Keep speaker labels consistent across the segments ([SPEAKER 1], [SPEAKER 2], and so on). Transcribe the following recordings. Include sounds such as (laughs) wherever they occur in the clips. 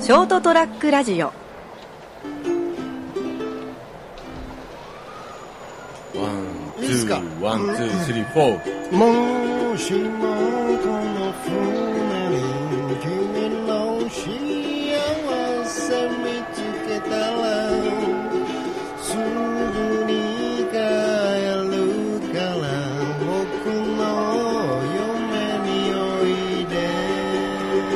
[SPEAKER 1] ショートトラックラジオ
[SPEAKER 2] ワン、ツ
[SPEAKER 3] いいっすか
[SPEAKER 2] ー、ワン、ツー、スリー、フォー。
[SPEAKER 3] もしもこの船に君の幸せ見つけたらすぐに帰るから僕の嫁においで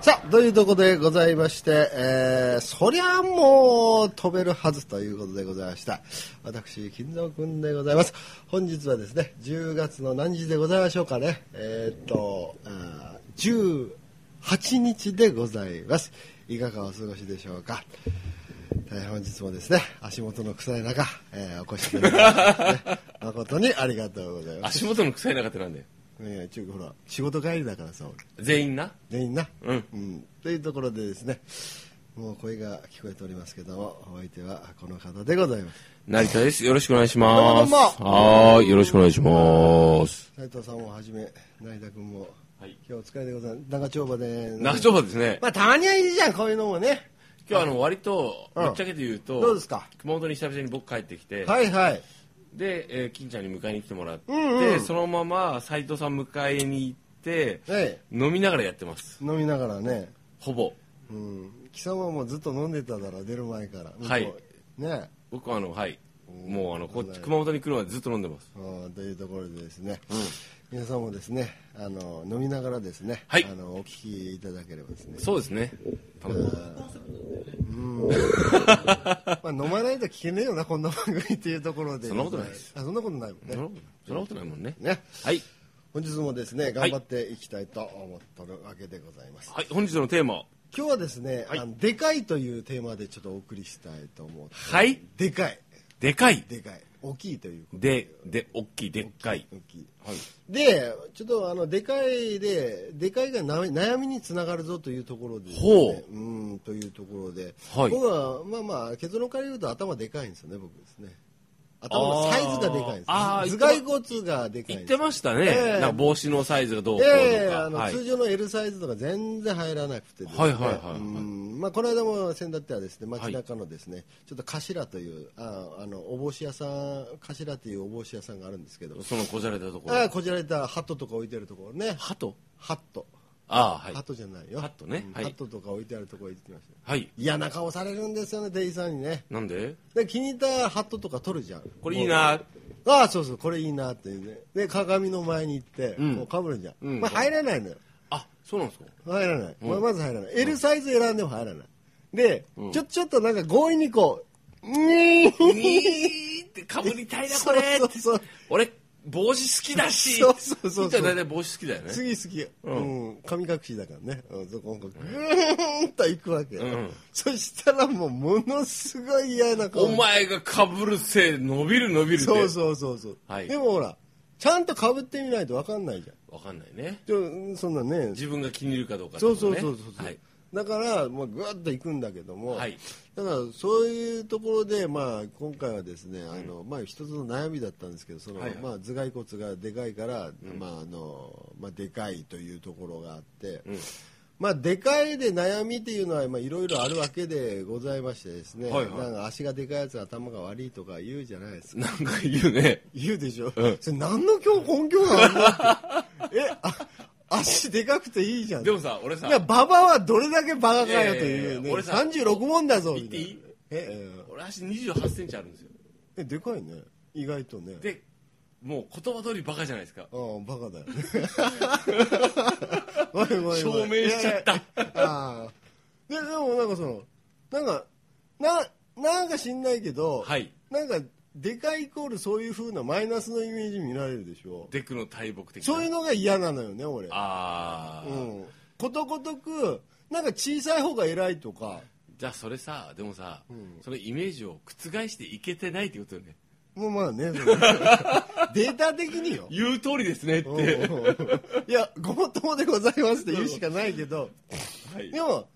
[SPEAKER 3] さあというとこでございまして、えー、そりゃもう飛べるはずということでございました私金蔵君でございます本日はですね10月の何日でございましょうかねえーっとあー18日でございますいかがお過ごしでしょうか大変本日もですね足元の臭い中、えーお越しいただきまして、ね、誠にありがとうございます
[SPEAKER 2] 足元の臭い中ってなんだよ。
[SPEAKER 3] ねちょほら仕事帰りだからさ俺
[SPEAKER 2] 全員な。
[SPEAKER 3] 全員な、
[SPEAKER 2] うん
[SPEAKER 3] というところでですねもう声が聞こえておりますけどもお相手はこの方でございます
[SPEAKER 2] 成田です。よろしくお願いします。
[SPEAKER 3] どうもどう
[SPEAKER 2] はーい、よろしくお願いします。
[SPEAKER 3] 斉藤さんをはじめ成田君も、
[SPEAKER 2] はい
[SPEAKER 3] 今日お疲れでございます長丁場で
[SPEAKER 2] 長丁場ですね。
[SPEAKER 3] まあたまにはいいじゃんこういうのもね
[SPEAKER 2] 今日あの、割と、
[SPEAKER 3] うん
[SPEAKER 2] ぶっちゃけて言うと、
[SPEAKER 3] どうですか
[SPEAKER 2] 熊本に久々に僕帰ってきて、
[SPEAKER 3] はいはい
[SPEAKER 2] で、えー金ちゃんに迎えに来てもらって、
[SPEAKER 3] うんうん
[SPEAKER 2] そのまま斎藤さん迎えに行って、
[SPEAKER 3] え
[SPEAKER 2] 飲みながらやってます。
[SPEAKER 3] え飲みながらね、
[SPEAKER 2] ほぼ。
[SPEAKER 3] うん、貴様もずっと飲んでただろ出る前から向こう
[SPEAKER 2] はい
[SPEAKER 3] ね
[SPEAKER 2] 僕はあの、はい。もうあの、こっち、
[SPEAKER 3] うん
[SPEAKER 2] 熊本に来るまでずっと飲んでます。
[SPEAKER 3] うんというところでですね、皆さんもですねあの飲みながらですね、
[SPEAKER 2] はい
[SPEAKER 3] あのお聞きいただければですね
[SPEAKER 2] そうですね。楽しみ
[SPEAKER 3] まあ飲まないと聞けねえよな、こんな番組っていうところで。
[SPEAKER 2] そんなことないです。
[SPEAKER 3] あ、そんなことないもん
[SPEAKER 2] そんな
[SPEAKER 3] ね。
[SPEAKER 2] そんなことないもんね。
[SPEAKER 3] ね。
[SPEAKER 2] はい。
[SPEAKER 3] 本日もですね、
[SPEAKER 2] はい
[SPEAKER 3] 頑張っていきたいと思ってるわけでございます。
[SPEAKER 2] はい、本日のテーマ。
[SPEAKER 3] 今日はですね、
[SPEAKER 2] はい
[SPEAKER 3] あのでかいというテーマでちょっとお送りしたいと思う。
[SPEAKER 2] はい。
[SPEAKER 3] でかい。
[SPEAKER 2] でかい。
[SPEAKER 3] でかい。大きいということ。
[SPEAKER 2] で、で、おっきい、でっかい。
[SPEAKER 3] 大きい。
[SPEAKER 2] はい。
[SPEAKER 3] で、ちょっとあの、でかいで、でかいがな悩みにつながるぞというところでですね、
[SPEAKER 2] ほう
[SPEAKER 3] うん、というところで、
[SPEAKER 2] はい
[SPEAKER 3] 僕は、まあまあ、結論から言うと頭でかいんですよね、僕ですね。頭のサイズがでかいんです
[SPEAKER 2] あー
[SPEAKER 3] 頭蓋骨がでか
[SPEAKER 2] 言
[SPEAKER 3] いん
[SPEAKER 2] っ
[SPEAKER 3] です
[SPEAKER 2] てましたね。
[SPEAKER 3] え
[SPEAKER 2] な
[SPEAKER 3] え
[SPEAKER 2] んか帽子のサイズがどうこうとか。
[SPEAKER 3] ええあの
[SPEAKER 2] はい
[SPEAKER 3] 通。常の L サイズとか全然入らなくてですね、
[SPEAKER 2] はいはいはいはい
[SPEAKER 3] うんまあ、この間も先だってはですね街中のですね、ちょっと頭というああのお帽子屋さん頭というお帽子屋さんがあるんですけど
[SPEAKER 2] そのこじゃれたとこ
[SPEAKER 3] ああ
[SPEAKER 2] ろ。
[SPEAKER 3] こじられたハットとか置いてるところね
[SPEAKER 2] ハト
[SPEAKER 3] ハット
[SPEAKER 2] ああ、は
[SPEAKER 3] ハッ
[SPEAKER 2] い。
[SPEAKER 3] トじゃないよ
[SPEAKER 2] ハットね
[SPEAKER 3] うん
[SPEAKER 2] はい
[SPEAKER 3] ハットとか置いてあるところ行ってきました
[SPEAKER 2] はい。
[SPEAKER 3] 嫌な顔されるんですよね店員さんにね
[SPEAKER 2] なんで
[SPEAKER 3] で気に入ったハットとか取るじゃん
[SPEAKER 2] これいいな。
[SPEAKER 3] ああそうそうこれいいなっていうねで鏡の前に行って、こうかぶるじゃん、
[SPEAKER 2] うん
[SPEAKER 3] まあ、入らないのよ
[SPEAKER 2] あ、そう
[SPEAKER 3] (laughs)
[SPEAKER 2] なんですか
[SPEAKER 3] 入らない、まあまず入らない L サイズ選んでも入らないで、ちょちょっとなんか強引にこうに
[SPEAKER 2] い
[SPEAKER 3] ー
[SPEAKER 2] いってかぶりたいな、これ
[SPEAKER 3] そうそうそう
[SPEAKER 2] 俺、帽子好きだし。
[SPEAKER 3] そうそうそうそ
[SPEAKER 2] 金
[SPEAKER 3] う
[SPEAKER 2] ちゃん大体帽子好きだよね。
[SPEAKER 3] 次次、
[SPEAKER 2] ん
[SPEAKER 3] うん、神隠しだからね、うん、そここうグーンと行くわけ、
[SPEAKER 2] ん
[SPEAKER 3] そしたらもうものすごい嫌な顔
[SPEAKER 2] お前がかぶるせい、伸びる伸びるって。
[SPEAKER 3] そうそうそうそう、
[SPEAKER 2] はい
[SPEAKER 3] でもほらちゃんとかぶってみないと分かんないじゃん
[SPEAKER 2] わかんないね。
[SPEAKER 3] ちょそんなね
[SPEAKER 2] 自分が気に入るかどうかって
[SPEAKER 3] そ
[SPEAKER 2] こ
[SPEAKER 3] う
[SPEAKER 2] と
[SPEAKER 3] そう
[SPEAKER 2] ね。
[SPEAKER 3] そうそうそう、
[SPEAKER 2] はい。
[SPEAKER 3] だからもうぐわっと行くんだけども、
[SPEAKER 2] はい
[SPEAKER 3] だからそういうところで、まあ、今回はですねあの、まあ、一つの悩みだったんですけどその、
[SPEAKER 2] はいはい
[SPEAKER 3] まあ、頭蓋骨がでかいから、まああのまあ、でかいというところがあって、まあ、でかいで悩みっていうのはまあいろいろあるわけでございましてですね、
[SPEAKER 2] はいはい
[SPEAKER 3] なんか足がでかいやつは頭が悪いとか言うじゃないですか
[SPEAKER 2] なんか (laughs) 言うね。
[SPEAKER 3] 言うでしょ、
[SPEAKER 2] うん
[SPEAKER 3] それ何の今日根拠がある
[SPEAKER 2] (laughs)
[SPEAKER 3] のえあ足でかくていいじゃん
[SPEAKER 2] でもさ、俺さ
[SPEAKER 3] い、やババはどれだけバカかよと
[SPEAKER 2] いやいやい
[SPEAKER 3] いう
[SPEAKER 2] や
[SPEAKER 3] ね
[SPEAKER 2] 俺さ
[SPEAKER 3] 36問だぞみたい
[SPEAKER 2] 言っ
[SPEAKER 3] な
[SPEAKER 2] ていい
[SPEAKER 3] ええ
[SPEAKER 2] 俺足28センチあるんですよ。
[SPEAKER 3] えでかいね意外とね
[SPEAKER 2] で、もう言葉通りバカじゃないですか。
[SPEAKER 3] ああバカだよ
[SPEAKER 2] (laughs)
[SPEAKER 3] おいおいおい
[SPEAKER 2] 証明しちゃった
[SPEAKER 3] いやいやああででもなんかそのなんかななんか知んないけど、
[SPEAKER 2] はい
[SPEAKER 3] なんかでかいイコールそういう風なマイナスのイメージ見られるでしょ
[SPEAKER 2] デクの大木的な。
[SPEAKER 3] そういうのが嫌なのよね俺
[SPEAKER 2] ああ、
[SPEAKER 3] うん、ことごとくなんか小さい方が偉いとか
[SPEAKER 2] じゃあそれさ、でもさ、そのイメージを覆していけてないってことよね。
[SPEAKER 3] もうま
[SPEAKER 2] (laughs)
[SPEAKER 3] あねそのデータ的によ
[SPEAKER 2] 言う通りですねって。
[SPEAKER 3] うんいやごもっともでございますって言うしかないけど
[SPEAKER 2] はい
[SPEAKER 3] でも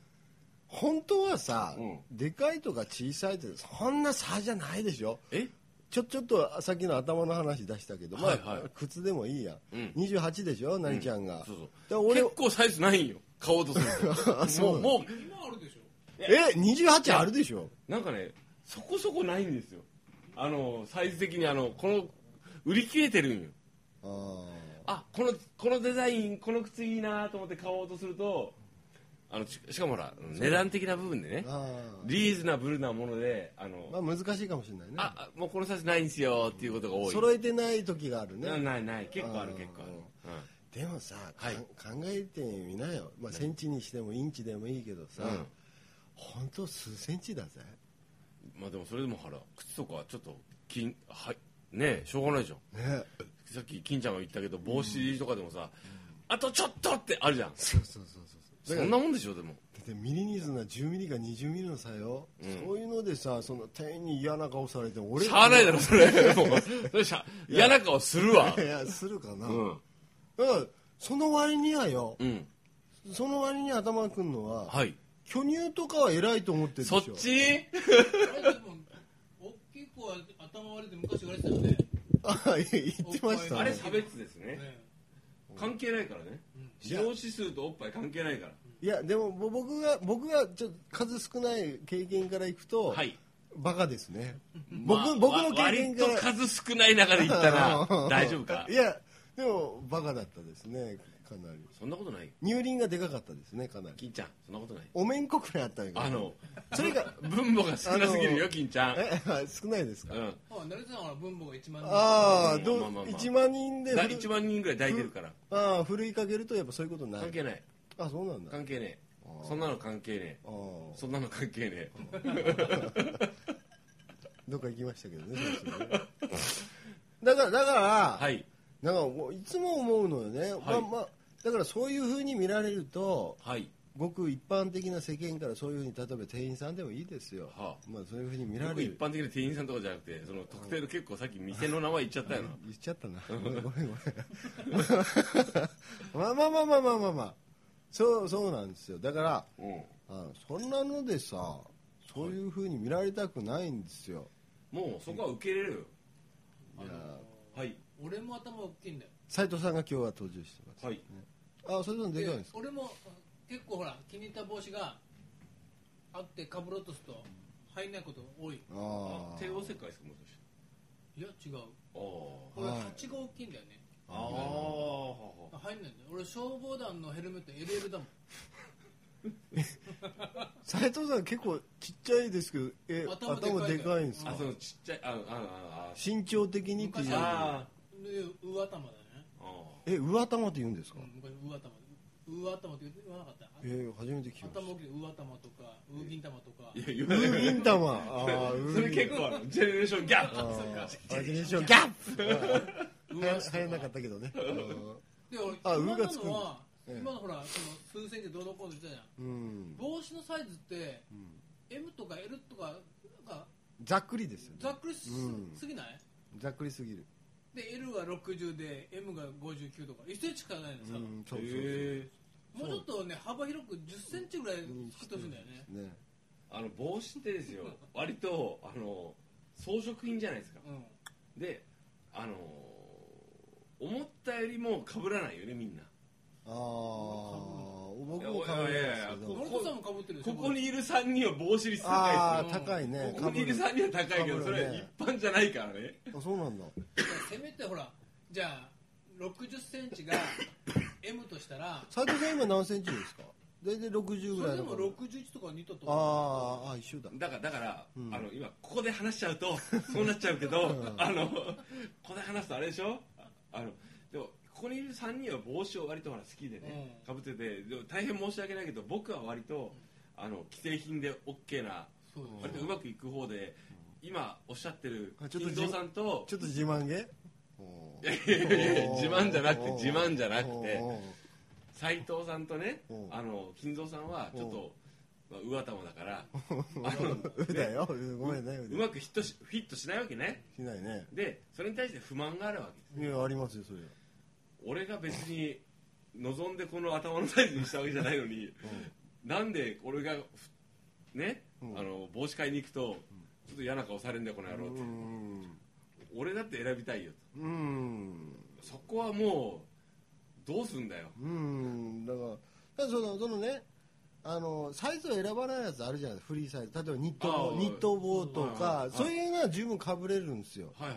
[SPEAKER 3] 本当はさ、
[SPEAKER 2] うん
[SPEAKER 3] でかいとか小さいってそんな差じゃないでしょ
[SPEAKER 2] え
[SPEAKER 3] ちょ、ちょっとさっきの頭の話出したけど、ま
[SPEAKER 2] は
[SPEAKER 3] あ、
[SPEAKER 2] いはい
[SPEAKER 3] 靴でもいいや、
[SPEAKER 2] うん
[SPEAKER 3] ん。28でしょ、なりちゃんが。
[SPEAKER 2] そうそう
[SPEAKER 3] だから俺
[SPEAKER 2] 結、構サイズないんよ買おうとすると
[SPEAKER 3] (laughs) そうなの
[SPEAKER 2] もうも
[SPEAKER 1] 今あるでしょ
[SPEAKER 3] え、28あるでしょ
[SPEAKER 2] うなんかねそこそこないんですよあのサイズ的にあのこの売り切れてるんよ
[SPEAKER 3] あー
[SPEAKER 2] あこのこのデザインこの靴いいなと思って買おうとするとあのししかもほら値段的な部分でね
[SPEAKER 3] あー。
[SPEAKER 2] リーズナブルなものであの、
[SPEAKER 3] まあ難しいかもしれないね。
[SPEAKER 2] ああもうこのサイズないんですよっていうことが多い
[SPEAKER 3] 揃えてない時があるね。
[SPEAKER 2] ないないない結構ある
[SPEAKER 3] あー
[SPEAKER 2] 結構ある、うん
[SPEAKER 3] でもさ、か
[SPEAKER 2] はい
[SPEAKER 3] 考えてみなよ、まあ、センチにしてもインチでもいいけどさ、
[SPEAKER 2] うん
[SPEAKER 3] ほんと数センチだぜ、
[SPEAKER 2] まあでもそれでもほら靴とかちょっと金はいねえしょうがないじゃん
[SPEAKER 3] ね、
[SPEAKER 2] さっき金ちゃんが言ったけど帽子とかでもさ、あとちょっとってあるじゃん
[SPEAKER 3] そうそうそうそう
[SPEAKER 2] そ
[SPEAKER 3] だから
[SPEAKER 2] んなもんでしょでも
[SPEAKER 3] だってミリにすんな10ミリか20ミリの差よ、そういうのでさその店員に嫌な顔されても俺
[SPEAKER 2] しゃあないだろそれもうそれしゃ嫌な顔するわ
[SPEAKER 3] (laughs) いやするかな、
[SPEAKER 2] うん
[SPEAKER 3] だからその割にはよ、
[SPEAKER 2] うん
[SPEAKER 3] その割に頭くんのは、
[SPEAKER 2] はい
[SPEAKER 3] 巨乳とかは偉いと思ってるでし
[SPEAKER 2] そ
[SPEAKER 3] ょ
[SPEAKER 2] っち
[SPEAKER 1] あれでも大きい子は頭割れて昔言われてたよね
[SPEAKER 3] あいや (laughs) 言ってました
[SPEAKER 2] あ
[SPEAKER 1] あ
[SPEAKER 2] れ
[SPEAKER 3] ね
[SPEAKER 1] れ
[SPEAKER 2] 差
[SPEAKER 1] 差
[SPEAKER 2] 別ですね
[SPEAKER 1] ね
[SPEAKER 2] 関係ないからね使用指数とおっぱい関係ないから
[SPEAKER 3] いやでもぼ僕が僕がちょっと数少ない経験からいくと、
[SPEAKER 2] はい
[SPEAKER 3] バカですね。僕、
[SPEAKER 2] まあ
[SPEAKER 3] 僕の経験から
[SPEAKER 2] 割。と数少ない中で言った (laughs) ら大丈夫か
[SPEAKER 3] (laughs) いや、でも、バカだったですね、かなり。
[SPEAKER 2] そんなことないよ
[SPEAKER 3] 乳輪がでかかったですね、かなり。
[SPEAKER 2] 金ちゃんそんなことない
[SPEAKER 3] おめんこくらいあったんやけど
[SPEAKER 2] あ、の
[SPEAKER 3] それが、
[SPEAKER 2] 分母が少なすぎる
[SPEAKER 3] あ
[SPEAKER 2] よ
[SPEAKER 3] の
[SPEAKER 2] 金ちゃん
[SPEAKER 3] え、少ないですか。
[SPEAKER 2] うん
[SPEAKER 1] あ成田さんは分母が1万人
[SPEAKER 3] ああ、ど
[SPEAKER 2] まあまあ
[SPEAKER 3] う、
[SPEAKER 2] まあ
[SPEAKER 3] 一万人で
[SPEAKER 2] だ
[SPEAKER 3] ふる。
[SPEAKER 2] 1万人ぐらい抱いてるから
[SPEAKER 3] ああ、ふるいかけると、やっぱそういうことな
[SPEAKER 2] 関
[SPEAKER 3] い。
[SPEAKER 2] 係ない
[SPEAKER 3] あ、そうなんだ。あ
[SPEAKER 2] 関係ねえそんなの関係ね
[SPEAKER 3] あ、
[SPEAKER 2] えそんなの関係ねえ
[SPEAKER 3] どっか行きましたけどね。先週ね (laughs) だから、だから。
[SPEAKER 2] はい
[SPEAKER 3] なんかもういつも思うのよね、
[SPEAKER 2] い
[SPEAKER 3] まあまあ、だからそういうふうに見られると
[SPEAKER 2] はい
[SPEAKER 3] ごく一般的な世間からそういうふうに例えば店員さんでもいいですよ、
[SPEAKER 2] はあ
[SPEAKER 3] まあ、そういうふうに見ら
[SPEAKER 2] 僕
[SPEAKER 3] れ
[SPEAKER 2] 一
[SPEAKER 3] る
[SPEAKER 2] 般的な店員さんとかじゃなくてその特定の結構さっき店の名前言っちゃったよな
[SPEAKER 3] 言っちゃったなごめんごめんごめんまあまあまあまあまあまあ、まあ、そうそうなんですよだから
[SPEAKER 2] うん
[SPEAKER 3] あそんなのでさそういうふうに見られたくないんですよ、
[SPEAKER 2] もうそこは受け入れるよ
[SPEAKER 1] あの
[SPEAKER 2] はい
[SPEAKER 1] 俺も頭大きいんだよ
[SPEAKER 3] 斉藤さんが今日は登場してま
[SPEAKER 2] はい
[SPEAKER 3] すあそれともでかいんですか
[SPEAKER 1] 俺も結構ほら気に入った帽子があってかぶろうとすると入んないこと多い
[SPEAKER 3] あ
[SPEAKER 2] あ帝王
[SPEAKER 3] ー
[SPEAKER 2] 切開ですかもしかして
[SPEAKER 1] いや違
[SPEAKER 2] あ
[SPEAKER 1] う俺
[SPEAKER 3] はい
[SPEAKER 1] 蜂が大きいんだよね
[SPEAKER 2] あああ
[SPEAKER 1] 入んないんだよ俺消防団のヘルメット LL だもん
[SPEAKER 3] 斉藤さん結構ちっちゃいですけどえ頭
[SPEAKER 1] 頭
[SPEAKER 3] で
[SPEAKER 1] でか
[SPEAKER 3] かい
[SPEAKER 1] いんだよ
[SPEAKER 3] んですか
[SPEAKER 2] あそのちっちゃいあああ
[SPEAKER 3] 身長的にっていう
[SPEAKER 1] 昔
[SPEAKER 3] よ
[SPEAKER 2] あ
[SPEAKER 1] で上頭だね
[SPEAKER 2] ああ
[SPEAKER 3] りえ上頭って言うんですか、
[SPEAKER 1] うん昔上頭上頭って言わなかった
[SPEAKER 3] えー、初めて聞きました
[SPEAKER 1] 頭大きい上頭とか上銀玉とか
[SPEAKER 2] いや言わ
[SPEAKER 3] ウ
[SPEAKER 2] ない
[SPEAKER 3] ー銀玉あー
[SPEAKER 2] それ結構あのジェネレーションギャップ
[SPEAKER 3] ウ
[SPEAKER 2] そ
[SPEAKER 3] ー
[SPEAKER 2] っ
[SPEAKER 3] 銀
[SPEAKER 2] か
[SPEAKER 3] あージェネレーションギャップ
[SPEAKER 1] 上
[SPEAKER 3] は
[SPEAKER 1] 頭
[SPEAKER 3] やはやんなかったけどね
[SPEAKER 1] で俺
[SPEAKER 3] あ
[SPEAKER 1] 今
[SPEAKER 3] 上がつくんだ
[SPEAKER 1] のは
[SPEAKER 3] ええ
[SPEAKER 1] 今のほらその数センチどうのこうの言ってたじゃん
[SPEAKER 3] うん
[SPEAKER 1] 帽子のサイズって、M とか L とかなんか
[SPEAKER 3] ざっくりですよ
[SPEAKER 1] ざ
[SPEAKER 3] ね
[SPEAKER 1] っくりす,、
[SPEAKER 3] うん
[SPEAKER 1] ぎない
[SPEAKER 3] ざっくりすぎる
[SPEAKER 1] で L が60で M が59とか1センチしかないの
[SPEAKER 3] う
[SPEAKER 1] さ、
[SPEAKER 3] んそうそうそう、
[SPEAKER 2] へえ
[SPEAKER 1] もうちょっとね幅広く1 0ンチぐらい作ってほしいんだよね
[SPEAKER 3] ね
[SPEAKER 2] あの帽子ってですよ割とあの装飾品じゃないですか
[SPEAKER 1] うん
[SPEAKER 2] であの思ったよりも被らないよねみんな
[SPEAKER 3] ああ僕も考
[SPEAKER 2] いやい
[SPEAKER 3] え
[SPEAKER 2] やいや
[SPEAKER 3] ますけ
[SPEAKER 2] こ
[SPEAKER 3] ど
[SPEAKER 1] 森田さんもかぶってるでしょ
[SPEAKER 2] ここにいる3人は帽子率
[SPEAKER 3] あ
[SPEAKER 2] 高
[SPEAKER 3] あ高い
[SPEAKER 2] い
[SPEAKER 3] ね
[SPEAKER 2] ですよここにいる3人は高いけ
[SPEAKER 3] 被
[SPEAKER 2] ど
[SPEAKER 3] る
[SPEAKER 2] それは一般じゃないからね
[SPEAKER 3] あそうなんだ
[SPEAKER 1] いやせめてほらじゃあ6 0ン
[SPEAKER 3] (coughs)
[SPEAKER 1] チが M としたら
[SPEAKER 3] 斉藤さん今何センチですか大体60ぐ
[SPEAKER 1] そ
[SPEAKER 3] ら
[SPEAKER 1] れ
[SPEAKER 3] い
[SPEAKER 1] で
[SPEAKER 3] の
[SPEAKER 1] も61とか2とと
[SPEAKER 3] あーあー一緒だ
[SPEAKER 2] だからだから、あの今ここで話しちゃう
[SPEAKER 3] (laughs)
[SPEAKER 2] とそうなっちゃうけど、あのここで話すとあれでしょああのでもここにいる3人は帽子を割とほら好きでね、被っててでも大変申し訳ないけど僕は割とあの既製品で OK な
[SPEAKER 1] そうです
[SPEAKER 2] 割とうまくいく方で、今おっしゃってる
[SPEAKER 3] あちょっと
[SPEAKER 2] 金蔵さんと
[SPEAKER 3] ちょっと自慢げ
[SPEAKER 2] いやいやいや (laughs) 自慢じゃなくて自慢じゃなくて斎藤さんとね
[SPEAKER 3] うん
[SPEAKER 2] あの金蔵さんはちょっと、まあ、上頭だから
[SPEAKER 3] (laughs) うだようんごめんね
[SPEAKER 2] うまくヒットしフィットしないわけね
[SPEAKER 3] しないね
[SPEAKER 2] でそれに対して不満があるわけです
[SPEAKER 3] いやありますよそれ
[SPEAKER 2] 俺が別に望んでこの頭のサイズにしたわけじゃないのに、なんで俺がふね、あの帽子買いに行くとちょっと嫌な顔されるんだよこの野郎って、
[SPEAKER 3] うん
[SPEAKER 2] 俺だって選びたいよと
[SPEAKER 3] うん
[SPEAKER 2] そこはもうどうすんだよ
[SPEAKER 3] うんだからただそのそのねあのサイズを選ばないやつあるじゃないですかフリーサイズ例えばニット
[SPEAKER 2] あ
[SPEAKER 3] 帽
[SPEAKER 2] ー
[SPEAKER 3] ニット帽と
[SPEAKER 2] はいは
[SPEAKER 3] か
[SPEAKER 2] いはい
[SPEAKER 3] そういうのは十分かぶれるんですよ
[SPEAKER 2] はいは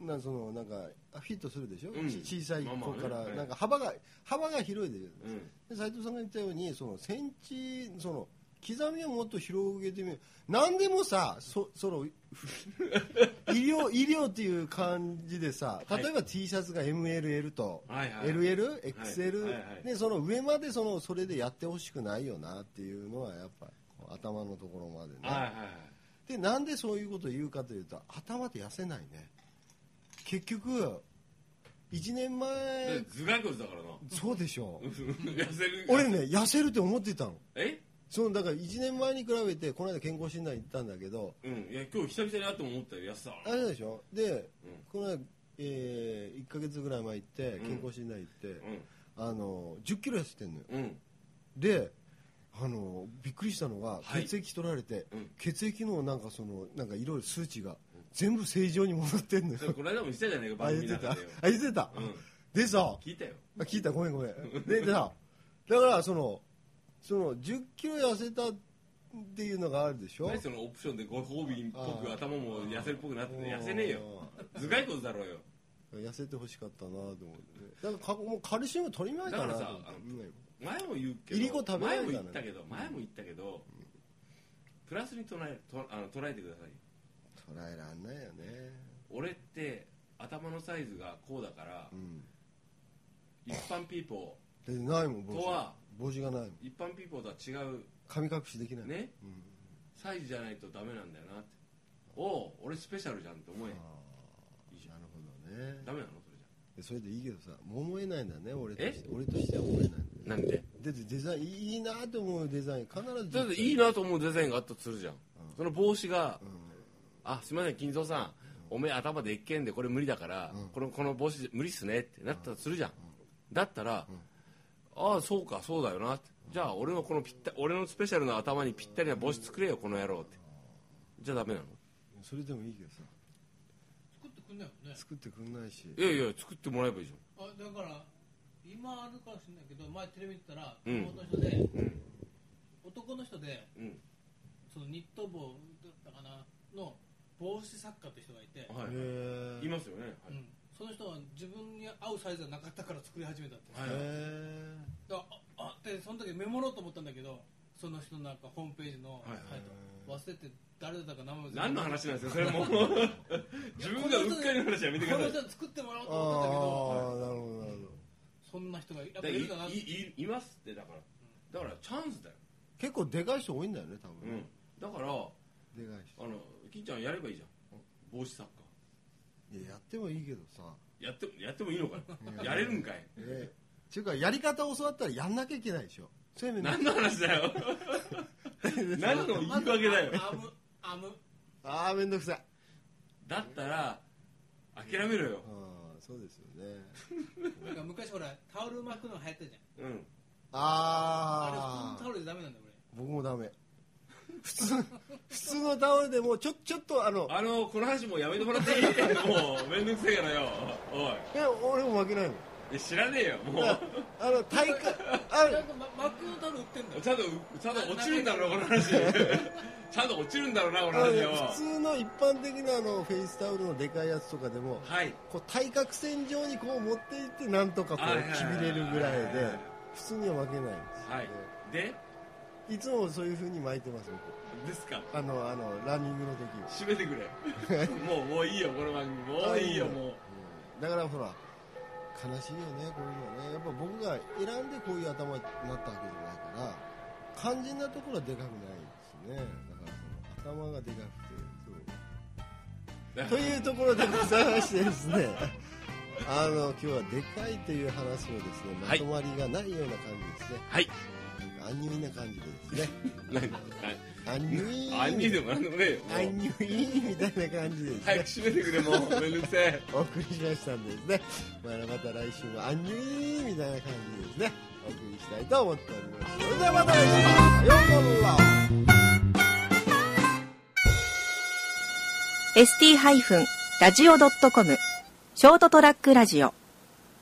[SPEAKER 2] い
[SPEAKER 3] なそのなんかフィットするでしょ、
[SPEAKER 2] うん
[SPEAKER 3] ち小さい子
[SPEAKER 2] ま
[SPEAKER 3] か
[SPEAKER 2] あ
[SPEAKER 3] ら
[SPEAKER 2] まあね
[SPEAKER 3] なんか幅が幅が広いで
[SPEAKER 2] うん
[SPEAKER 3] で斉藤さんが言ったようにそのセンチその刻みをもっと広げてみる何でもさそその (laughs) 医療医療っていう感じでさ
[SPEAKER 2] はい
[SPEAKER 3] 例えば T シャツが MLL と
[SPEAKER 2] はいはいは
[SPEAKER 3] LL、
[SPEAKER 2] いはいは
[SPEAKER 3] XL
[SPEAKER 2] い
[SPEAKER 3] でその上までそのそれでやってほしくないよなっていうのはやっぱこう頭のところまで
[SPEAKER 2] はいは
[SPEAKER 3] ねでなんでそういうことを言うかというと頭って痩せないね結局1年
[SPEAKER 2] いはい
[SPEAKER 3] 前
[SPEAKER 2] で頭蓋骨だからな
[SPEAKER 3] そうでしょ
[SPEAKER 2] 痩せる
[SPEAKER 3] 俺ね痩せるって思ってたの
[SPEAKER 2] え
[SPEAKER 3] そのだから1年前に比べてこの間健康診断行ったんだけど
[SPEAKER 2] うんいや今日久々に会っても思ったよ痩せたわ
[SPEAKER 3] あれでしょで、
[SPEAKER 2] うん
[SPEAKER 3] この間、え1か月ぐらい前行って
[SPEAKER 2] うん
[SPEAKER 3] 健康診断行って、あの1 0キロ痩せてんのよ
[SPEAKER 2] うんうん
[SPEAKER 3] であのびっくりしたのが
[SPEAKER 2] はい
[SPEAKER 3] 血液取られて、
[SPEAKER 2] うん
[SPEAKER 3] 血液のなんかそのなんかいろいろ数値が全部正常に戻ってんのよ
[SPEAKER 2] それこの間もしたじゃないか
[SPEAKER 3] あ
[SPEAKER 2] 番
[SPEAKER 3] 言っ
[SPEAKER 2] 組
[SPEAKER 3] て
[SPEAKER 2] の
[SPEAKER 3] たあ
[SPEAKER 2] 中でよ
[SPEAKER 3] 言ってた、
[SPEAKER 2] うん
[SPEAKER 3] でさ
[SPEAKER 2] 聞いたよ
[SPEAKER 3] あ聞いたごめんごめんででさだからそのその1 0キロ痩せたっていうのがあるでしょ
[SPEAKER 2] 何そのオプションでご褒美っぽく
[SPEAKER 3] あー
[SPEAKER 2] 頭も痩せるっぽくなってて痩せねえよ頭蓋骨だろうよ
[SPEAKER 3] 痩せてほしかったなと思ってだからかもうカルシウム取りまいかなと思っ
[SPEAKER 2] だからさ
[SPEAKER 3] てうん
[SPEAKER 2] 前も言うけど
[SPEAKER 3] いりこ食べない
[SPEAKER 2] 前
[SPEAKER 3] からね
[SPEAKER 2] も言ったけど前も言ったけどプラスに捉えとあの捉えてくださいよ
[SPEAKER 3] 捉えらんないよね
[SPEAKER 2] 俺って頭のサイズがこうだから
[SPEAKER 3] うん
[SPEAKER 2] 一般ピーポ
[SPEAKER 3] でないもん帽
[SPEAKER 2] と
[SPEAKER 3] 子
[SPEAKER 2] は
[SPEAKER 3] 帽子がないもん
[SPEAKER 2] ー一般ピーポーとは違う
[SPEAKER 3] 神隠しできない
[SPEAKER 2] ね
[SPEAKER 3] うん
[SPEAKER 2] サイズじゃないとダメなんだよなっておう俺スペシャルじゃんって思え
[SPEAKER 3] あ
[SPEAKER 2] いい
[SPEAKER 3] ー
[SPEAKER 2] じゃ
[SPEAKER 3] なんるほどね
[SPEAKER 2] ダメなのそれじ
[SPEAKER 3] でそれでいいけどさもう思えないんだね俺と
[SPEAKER 2] え
[SPEAKER 3] して俺としては思えない
[SPEAKER 2] ゃんなんで
[SPEAKER 3] だってデザインいいなと思うデザイン必ず
[SPEAKER 2] だっていいなと思うデザインがあったとするじゃん、その帽子が、あすみません金蔵さん、おめえ頭でっけんでこれ無理だから、このこの帽子無理っすねってなったとするじゃん、だったら、ああそうかそうだよなってじゃあ俺のこのぴった俺のスペシャルな頭にぴったりな帽子作れよこの野郎ってじゃあダメなの
[SPEAKER 3] それでもいいけどさ
[SPEAKER 1] 作ってくんないもんね
[SPEAKER 3] 作ってくんないし
[SPEAKER 2] いやいや作ってもらえばいいじ
[SPEAKER 1] あだから今あるかもしれないけど前テレビ見てたら
[SPEAKER 2] うん
[SPEAKER 1] 男の人で、
[SPEAKER 2] ん
[SPEAKER 1] 男の人で
[SPEAKER 2] ゃんうん
[SPEAKER 1] そのニット帽だったかなの帽子作家って人がいて、
[SPEAKER 2] はい、
[SPEAKER 3] へー
[SPEAKER 2] いますよね、は
[SPEAKER 1] う
[SPEAKER 2] い
[SPEAKER 1] ん、その人は自分に合うサイズがなかったから作り始めたって
[SPEAKER 2] はい
[SPEAKER 3] へ
[SPEAKER 1] だからああってその時メモろうと思ったんだけどその人のなんかホームページの
[SPEAKER 2] いはい
[SPEAKER 1] サイト、忘れて誰だったか名前忘れて
[SPEAKER 2] 何の話なんですかそれもう (laughs) 自分がうっかりの話やめてくだ
[SPEAKER 1] こ
[SPEAKER 2] さ
[SPEAKER 1] の
[SPEAKER 2] い
[SPEAKER 1] 人に作ってもらお
[SPEAKER 3] ー
[SPEAKER 1] うと
[SPEAKER 3] あ
[SPEAKER 1] 思っ
[SPEAKER 3] あな
[SPEAKER 1] たんだけど
[SPEAKER 3] るほどなるほど
[SPEAKER 1] そんな人がやっ
[SPEAKER 2] だか
[SPEAKER 1] ぱ
[SPEAKER 2] らい
[SPEAKER 1] いるんだなって
[SPEAKER 2] いいいますってだからだからチャンスだよ、
[SPEAKER 3] 結構でかい人多いんだよね多
[SPEAKER 2] う
[SPEAKER 3] 分ね
[SPEAKER 2] ん、だからあの
[SPEAKER 3] でかい人
[SPEAKER 2] 金ちゃんやればいいじゃん帽子サッカ
[SPEAKER 3] いややってもいいけどさ
[SPEAKER 2] ーやってもやってもいいのか
[SPEAKER 1] (laughs)
[SPEAKER 2] な (laughs) やれるんかい
[SPEAKER 3] えっていうかやり方を教わったらやんなきゃいけないでしょそういう意味
[SPEAKER 2] 何
[SPEAKER 3] で
[SPEAKER 2] の話だ
[SPEAKER 1] (laughs)
[SPEAKER 2] よ何の言い訳だよ
[SPEAKER 1] まずアムアム
[SPEAKER 3] ああ面倒くさい
[SPEAKER 2] だったら諦めろよ
[SPEAKER 3] ああそうですよね
[SPEAKER 1] なんか昔ほらタオル巻くの流行ったじゃん
[SPEAKER 2] うん
[SPEAKER 1] あれ
[SPEAKER 3] あ
[SPEAKER 1] 普通のタ
[SPEAKER 3] あ
[SPEAKER 1] オルじゃダメなんだよ
[SPEAKER 3] 僕もダメ普通普通のタオルでもちょちょっとあの
[SPEAKER 2] あのこの話もうやめてもらって
[SPEAKER 1] (laughs)
[SPEAKER 2] いいもうめんどくせえからよお
[SPEAKER 3] いや俺も負けないの
[SPEAKER 2] いいや知らねえよも
[SPEAKER 3] だ
[SPEAKER 2] う
[SPEAKER 3] からあの体幹あ
[SPEAKER 1] 俺なん
[SPEAKER 3] れ
[SPEAKER 1] かま巻くのタオル売ってんだよ
[SPEAKER 2] ちゃんとちゃんと落ちるんだろうこの
[SPEAKER 1] (laughs)
[SPEAKER 2] 話ちゃんと落ちるんだろうなこの話よ
[SPEAKER 3] 普通の一般的なあのフェイスタオルのでかいやつとかでも
[SPEAKER 2] はい
[SPEAKER 3] こう対角線上にこう持っていってなんとかこ
[SPEAKER 2] はいはいうはい
[SPEAKER 3] ちびれるぐらいで普通には負けないんですよね
[SPEAKER 2] はいで
[SPEAKER 3] いつもそういう風に巻いてます僕
[SPEAKER 2] ですか
[SPEAKER 3] あのあのランニングの時は
[SPEAKER 2] 締めてくれ (laughs) もうもういいよこの番組もういいよもう
[SPEAKER 3] うんだからほら悲しいよねこういうのねやっぱ僕が選んでこういう頭になったわけじゃないから肝心なところはでかくないですねだからその頭がでかくてそうというところでございましてですね (laughs) あの今日はでかいという話をですねま
[SPEAKER 2] はい
[SPEAKER 3] とまりがないような感じですね、
[SPEAKER 2] はい
[SPEAKER 3] アンニュイな感じでですね
[SPEAKER 2] (laughs) 何
[SPEAKER 3] アンニュイ
[SPEAKER 2] 何兄でも何でもね
[SPEAKER 3] ア
[SPEAKER 2] えよ
[SPEAKER 3] ン
[SPEAKER 2] もう
[SPEAKER 3] ニュイみたいな感じでですね
[SPEAKER 2] 早く締めてくれもうめんどくせえ
[SPEAKER 3] お送りしましたんでですね、まあ、また来週もアンニュイみたいな感じでですねお送りしたいと思っておりますそれではまた来週さようなら
[SPEAKER 4] ST-radio ラジオ .com ショートトラックラジオ